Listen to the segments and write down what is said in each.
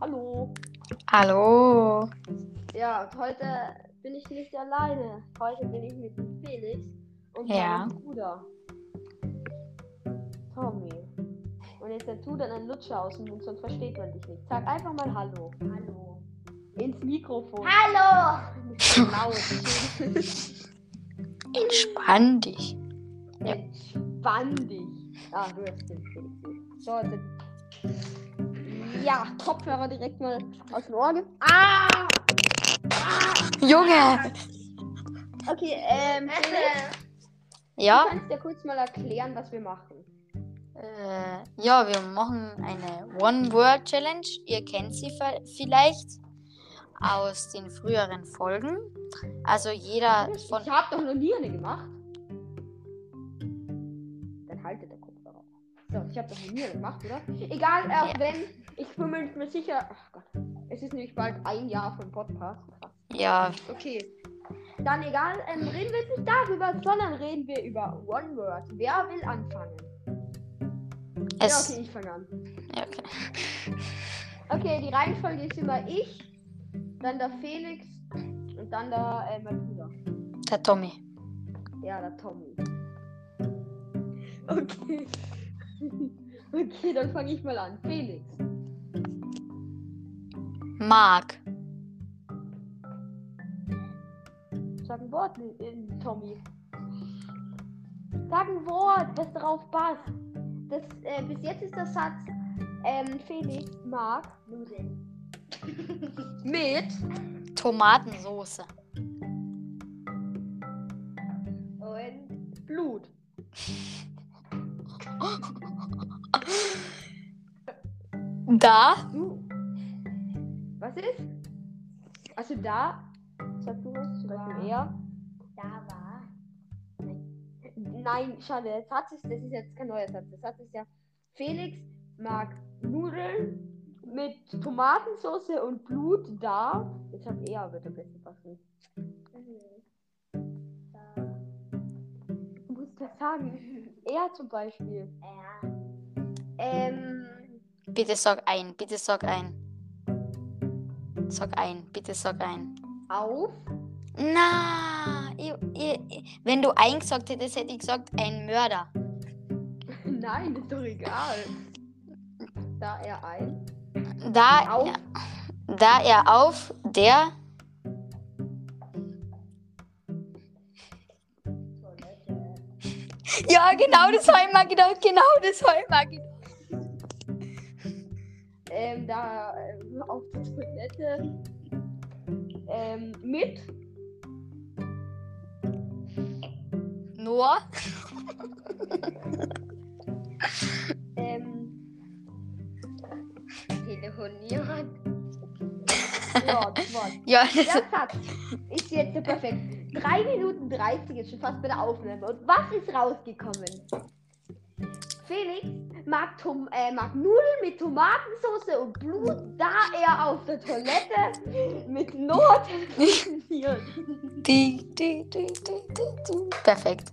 Hallo. Hallo. Ja, und heute bin ich nicht alleine. Heute bin ich mit dem Felix und Ja. seinem Bruder. Tommy. Und jetzt der Tut dann ein Lutscher aus dem Mund, sonst versteht man dich nicht. Sag einfach mal Hallo. Hallo. Ins Mikrofon. Hallo! Nicht so laut. Entspann dich. Ja. Entspann dich. Ah, du hast den Felix. nicht. So, jetzt. Ja, Kopfhörer direkt mal aus den Ohren. Ah! Junge! Okay, ähm, Felix, du Ja? kannst dir kurz mal erklären, was wir machen. Äh, ja, wir machen eine One-Word-Challenge. Ihr kennt sie ver- vielleicht aus den früheren Folgen. Also jeder von. Ich habe doch noch nie eine gemacht. Dann haltet der Kopfhörer. auf. So, ich habe doch noch nie eine gemacht, oder? Egal, auch Ja. wenn, ich bin mir nicht mehr sicher. Ach Gott, es ist nämlich bald ein Jahr vom Podcast. Ja, Okay. Dann egal, ähm, reden wir jetzt nicht darüber, sondern reden wir über One Word. Wer will anfangen? es. Ja, okay, ich fange an. Ja, okay. Okay, die Reihenfolge ist immer ich, dann der Felix und dann der äh, mein Bruder. Der Tommy. Ja, der Tommy. Okay. Okay, dann fange ich mal an. Felix. Mark. Sag ein Wort, äh, Tommy. Sag ein Wort, das darauf passt. Das, äh, bis jetzt ist der Satz, ähm, Felix mag Nudeln. Mit? Tomatensoße. Und Blut. Da? Du. Uh. Was ist? Also da. Sag du was? Sag du er. da war. Nein, schade. Der Satz ist, das ist jetzt kein neuer Satz. Der Satz ist ja, Felix mag Nudeln mit Tomatensauce und Blut da. Jetzt hat er wird am besten passen. Mhm. Da. Du musst das sagen. Er zum Beispiel. Er. Ähm, Bitte sag ein, bitte sag ein. Sag ein, bitte sag ein. auf. Na, ich, ich, ich- wenn du eingesagt hättest, hätte ich gesagt, ein Mörder. Nein, ist doch egal. Da er ein. Da, Auf. da er auf der Toilette. Ja, genau das habe ich mal gedacht, genau das habe ich mal gedacht. Ähm, da ähm, auf die Toilette. Ähm, mit. Nur Ähm, Telefonieren. ja, das war's. Ja, das Der Satz ist jetzt so perfekt. 3 Minuten 30 ist schon fast bei der Aufnahme. Und was ist rausgekommen? Felix mag, Tom äh, mag Nudeln mit Tomatensauce und Blut, da er auf der Toilette mit Not telefoniert. Ding, ding, ding, ding, ding, ding. Perfekt.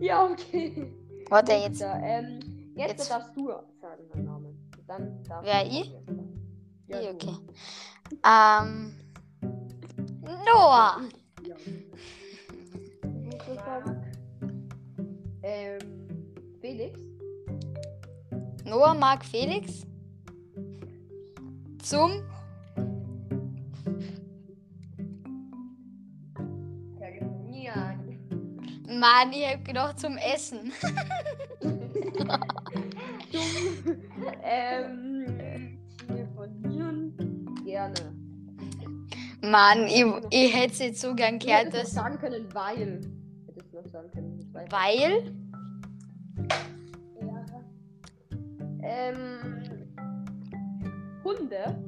Ja, okay. Warte, jetzt. Ähm, jetzt, Jetzt- darfst du sagen den Namen. Dann darfst Wer, du- ich? Ja, du. Okay. Ähm. Noah. Ja. Muss ich sagen? Ähm, Felix? Noah mag Felix. Zum. Telefonieren. Mann, ich hab gedacht, zum Essen. Ähm, telefonieren gerne. Mann, ich, ich hätte es jetzt so gern Ich hätte gehört, das dass. sagen können, weil. Hätte es noch sagen können, weil. Weil. Ja. Ähm, Hunde.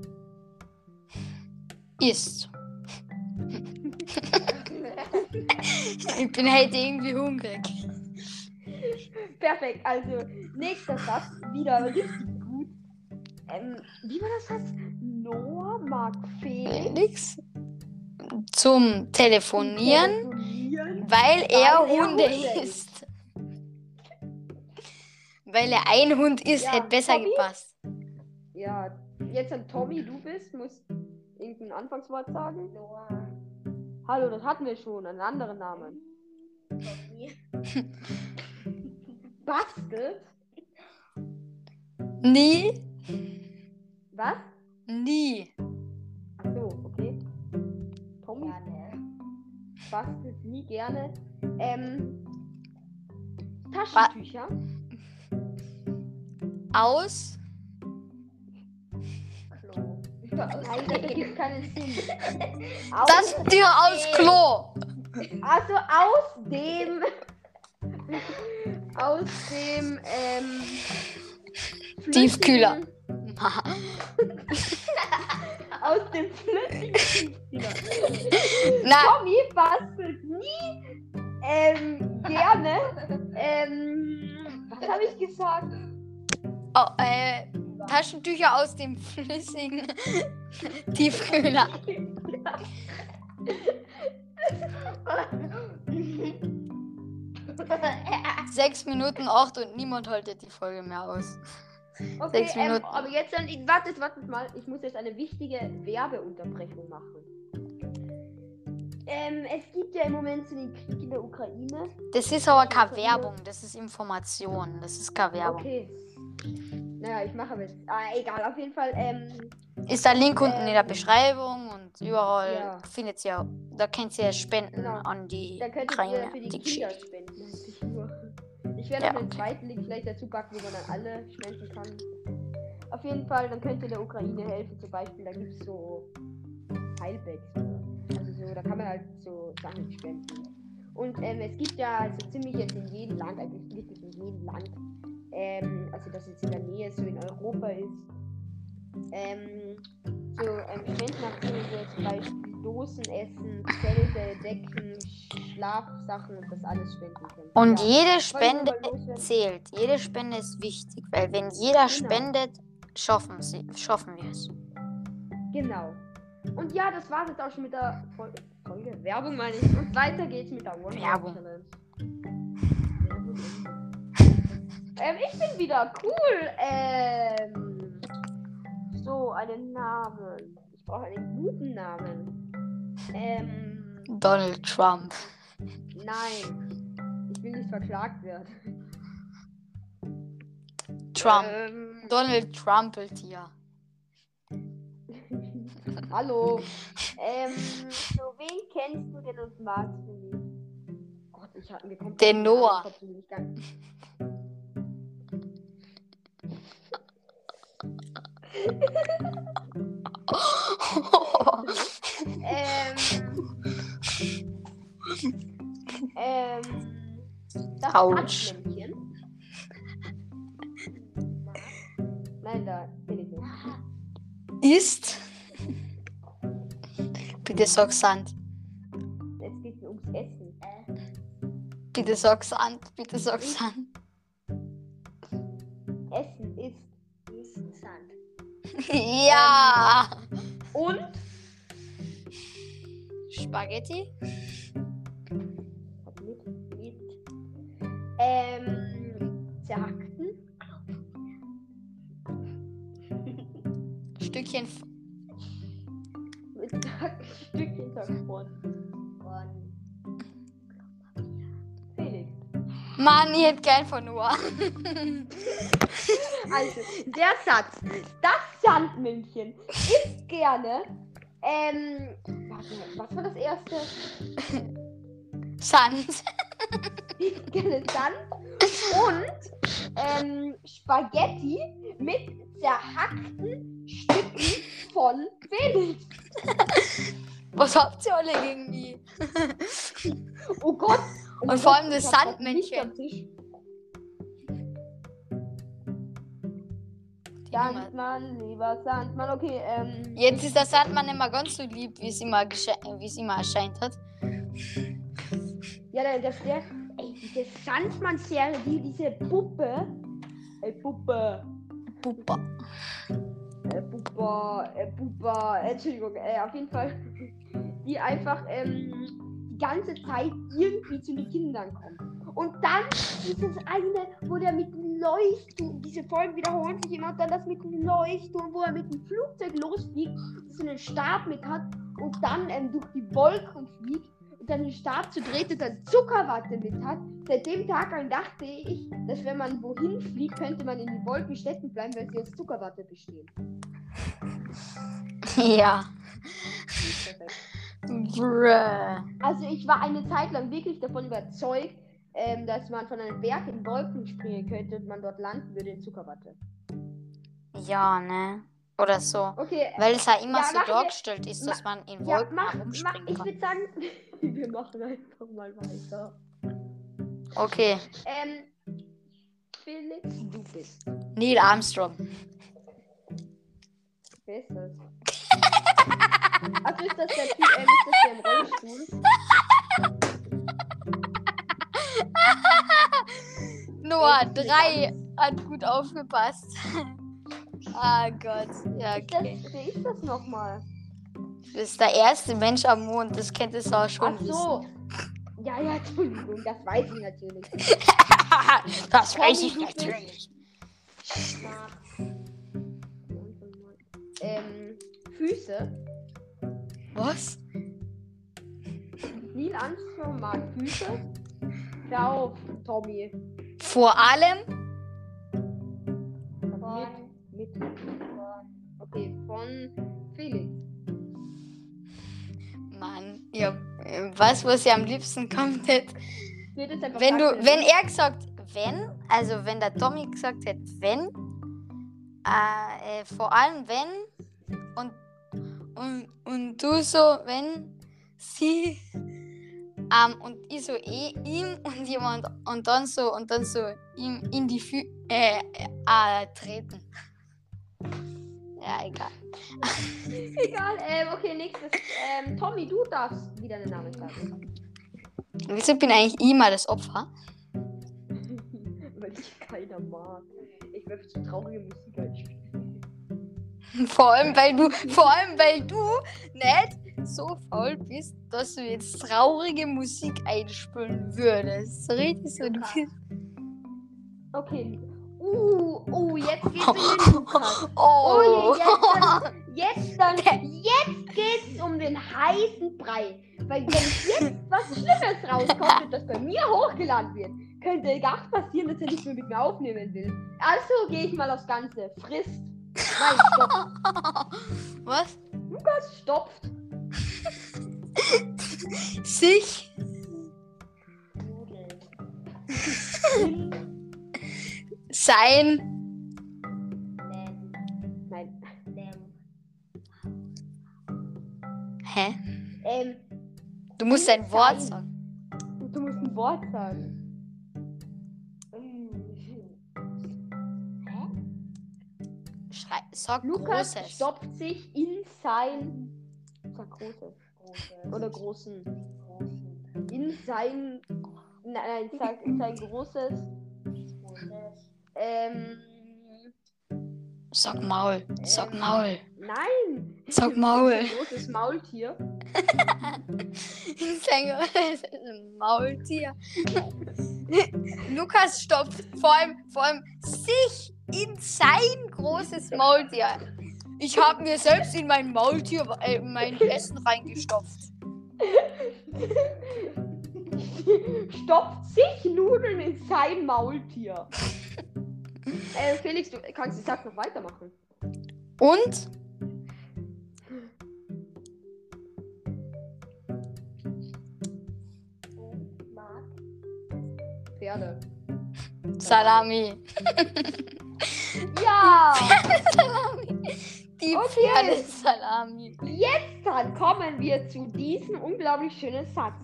Ist. ich bin heute irgendwie hungrig. Perfekt, also nächster Satz, wieder richtig gut. Ähm, wie war das Satz? Noah mag Felix. Felix zum Telefonieren, Telefonieren. weil er er Hunde Hunde ist. Weil er ein Hund ist, Ja, hätte besser Tommy? gepasst. Ja, jetzt an Tommy, du bist, musst irgendein Anfangswort sagen. Noah. Hallo, das hatten wir schon, einen anderen Namen. Tommy. Bastel? Nie, Was? nie. Ach so, okay. Tommy Gerne. bastelt nie gerne. Ähm, Taschentücher. Aus, Klo. Nein, das ergibt keinen Sinn. das Aus, Tier aus Klo. also aus dem. aus dem. Ähm, Tiefkühler. flüssigen- Aus dem flüssigen Tiefkühler. Nein, Tommy bastelt nie ähm, gerne. Ähm, was habe ich gesagt? oh, äh, Taschentücher aus dem flüssigen Tiefkühler. Sechs Minuten acht und niemand haltet die Folge mehr aus. Okay, Sechs ähm, Minuten. aber jetzt dann, ich- wartet, wartet mal, ich muss jetzt eine wichtige Werbeunterbrechung machen. Ähm, es gibt ja im Moment so den Krieg in der Ukraine. Das ist aber keine Werbung, das ist Information. Das ist keine Werbung. Okay. Naja, ich mache aber jetzt. Ah, egal, auf jeden Fall. Ähm, Ist der Link unten in der Ähm, Beschreibung und überall ja. findet ihr, da könnt ihr spenden Genau. an die da könnt ihr Ukraine. für die, die Kinder Geschichte. spenden. Ich, nur. ich werde Ja, auch einen okay. zweiten Link gleich dazu packen, wo man dann alle spenden kann. Auf jeden Fall, dann könnt ihr der Ukraine helfen. Zum Beispiel, da gibt es so Heilbags. oder- Also so, da kann man halt so Sachen spenden. Und ähm, es gibt ja so ziemlich jetzt in jedem Land, eigentlich wirklich in jedem Land, ähm, also das jetzt in der Nähe so in Europa ist, ähm, so ähm, Spendenaktionen, so zum Beispiel Dosen essen, Zelte, Decken, Schlafsachen und das alles spenden können. Und Ja. jede Wollte ich nur Spende mal loswerden. zählt. Jede Spende ist wichtig, weil wenn jeder spendet, schaffen, sie, schaffen wir es. Genau. Und ja, das war's jetzt auch schon mit der Fol Folge. Werbung meine ich. Und weiter geht's mit der One Hour Werbung. Challenge. ähm, ich bin wieder cool. Ähm, so, einen Namen. Ich brauche einen guten Namen. Ähm, Donald Trump. nein. Ich will nicht verklagt werden. Trump. Ähm, Donald Trumpeltier. Hallo. ähm, so, wen kennst du denn und magst du nicht? Gott, ich hab mir komplett Den Noah. den Kopf nicht gegangen. Ähm. ähm. Das Autsch. Katzenmännchen. Nein, da bin ich nicht. ist. Bitte sag Sand. Es geht ums Essen. Äh. Bitte sag Sand. Bitte sag Sand. Essen ist. Interessant. Ja! Und? Ähm. Spaghetti? Hab mit, mit. Ähm, zerhackten. Stückchen. F- Mit zerhackten Stückchen zerfroren. Und Felix. Mann, ich hätte gern von Noah. Also, der Satz. Das Sandmännchen isst gerne. Ähm, warte, was war das erste? Sand. Isst gerne Sand und ähm, Spaghetti mit zerhackten Stücken von Felix. Was habt ihr alle gegen mich? Oh Gott. Oh Und vor Gott, allem das ich hab grad Licht Sandmännchen. am Tisch. Die Nummer- Sandmann, lieber Sandmann, okay, ähm. Jetzt ist der Sandmann nicht mehr ganz so lieb, wie es immer, gesche- wie es immer erscheint hat. Ja, der, der, der ey, diese Sandmann-Serie, die, diese Puppe. Ey, Puppe. Pupa. Äh, Puppe, äh, Puppe, äh, Entschuldigung, äh, auf jeden Fall, die einfach ähm, die ganze Zeit irgendwie zu den Kindern kommt. Und dann dieses eine, wo der mit dem Leuchtturm, diese Folgen wiederholen sich immer, und dann das mit dem Leuchtturm, wo er mit dem Flugzeug losfliegt, so einen Stab mit hat und dann ähm, durch die Wolken fliegt und dann den Stab zu dreht und dann Zuckerwatte mit hat. Seit dem Tag an dachte ich, dass wenn man wohin fliegt, könnte man in den Wolken stecken bleiben, weil sie aus Zuckerwatte bestehen. Ja. Perfekt. Bruh. Also ich war eine Zeit lang wirklich davon überzeugt, ähm, dass man von einem Berg in Wolken springen könnte und man dort landen würde in Zuckerwatte. Ja, ne? Oder so. Okay, Weil es ja immer Ja, so mach ich- dargestellt ist, dass man in Wolken ja, mach, mach, herumspringen ich kann. würde sagen, wir machen einfach mal weiter. Okay, Ähm, Felix, du bist. Neil Armstrong. Wer ist das? Also ist das der Typ, ähm, ist das der im Rollstuhl? Noah, Felix, drei hat gut aufgepasst. ah Gott, ja, Ist das, okay. wer ist das nochmal? Du bist der erste Mensch am Mond, das kenntest du auch schon Ach so. Ja, ja, Entschuldigung, das weiß ich natürlich. wissen. das weiß ich Tommy, du bist- natürlich. Ähm, Füße. Was? Neil Armstrong mag Füße. Hör auf, Tommy. Vor allem Von, Mit, mit. von. Okay, von Felix. Mann, ja, äh, was, was ihr am liebsten kommt, hätte. Nee, das ist einfach Wenn du, Kacke. wenn er gesagt, wenn, also wenn der Tommy gesagt hätte, wenn, äh, äh, vor allem wenn und, und, und du so, wenn sie ähm, und ich so eh, ihm und jemand und dann so und dann so ihm in die Fü äh, äh, äh, treten. Ja, egal. Egal, ähm, okay, nächstes. Ähm, Tommy, du darfst wieder einen Namen sagen. Wieso bin eigentlich Also ich immer das Opfer? Weil dich keiner mag. Ich möchte so traurige Musik einspielen. Vor allem, weil du, vor allem, weil du nicht so faul bist, dass du jetzt traurige Musik einspülen würdest. So Richtig so, du bist. Okay. Uh, oh, jetzt geht's in den Lukas. Oh, Oh, je, jetzt dann, jetzt dann, jetzt geht's um den heißen Brei. Weil wenn jetzt was Schlimmes rauskommt und das bei mir hochgeladen wird, könnte gar passieren, dass er nicht mehr mit mir aufnehmen will. Also gehe ich mal aufs Ganze. Frisst. Nein, stopft. was? Lukas stopft. Sich? Nudeln. Sein? Lem. Nein. Lem. Hä? Ähm, Du musst ein Wort Sein. sagen. du musst ein Wort sagen. Mm. Schrei sag Lukas Großes. stopft sich in sein. Sag großes. Großes. Oder großen. Großen. In sein. Nein, nein, sag in sein großes. Großes. Ähm. Sag Maul. Sag Ähm. Maul. Nein! Sag Maul. Ein großes Maultier. Sein großes Maultier. Lukas stopft vor allem, vor allem sich in sein großes Maultier. Ich habe mir selbst in mein Maultier äh, in mein Essen reingestopft. Stopft sich Nudeln in sein Maultier. äh, Felix, du kannst den Satz noch weitermachen. Und? Und mag. Pferde. Salami. Ja! Die Okay. Pferdesalami. Dann kommen wir zu diesem unglaublich schönen Satz.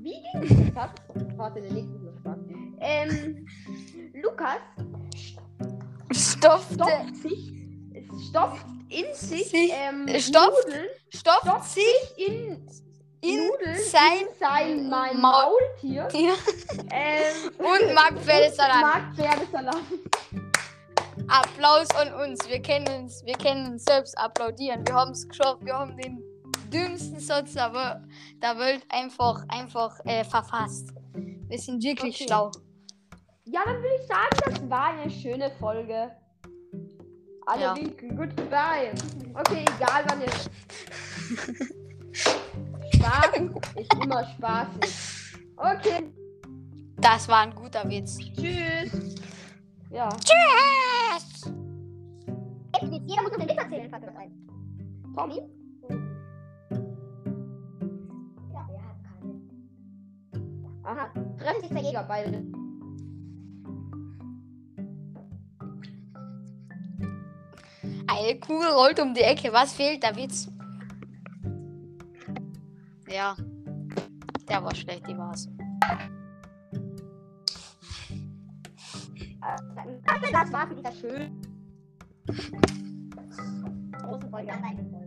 Wie ging dieser Satz? oh, Warte, der nächste ist noch dran. Ähm, Lukas Stopfte. stopft sich, stopft in sich, Äh, Sich- äh, ähm, stopft- Nudeln Stopft stopft sich in, in Nudeln sein in sein Ma- Maul- Maultier. Tier Ähm, und mag Pferdesalami. Mark Pferdesalat. Applaus an uns. Wir kennen uns, wir kennen uns selbst applaudieren. Wir haben es geschafft. Wir haben den dümmsten Satz der, Wel- der Welt einfach, einfach äh, verfasst. Wir sind wirklich Okay. schlau. Ja, dann würde ich sagen, das war eine schöne Folge. Alle Ja. winken. Goodbye. Okay, egal wann jetzt. Spaß ist immer spaßig. Okay, Das war ein guter Witz. tschüss. Ja, Yes! Jetzt geht's. Jeder muss noch den Witz erzählen, fällt mir ein. Tommy? Ja, er hat keinen. Aha, treffen sich der Jäger beide. Eine Kugel rollt um die Ecke. Was fehlt? Der Witz. Ja. Der war schlecht, die war's. Das war's mit dieser schönen Großen Folge.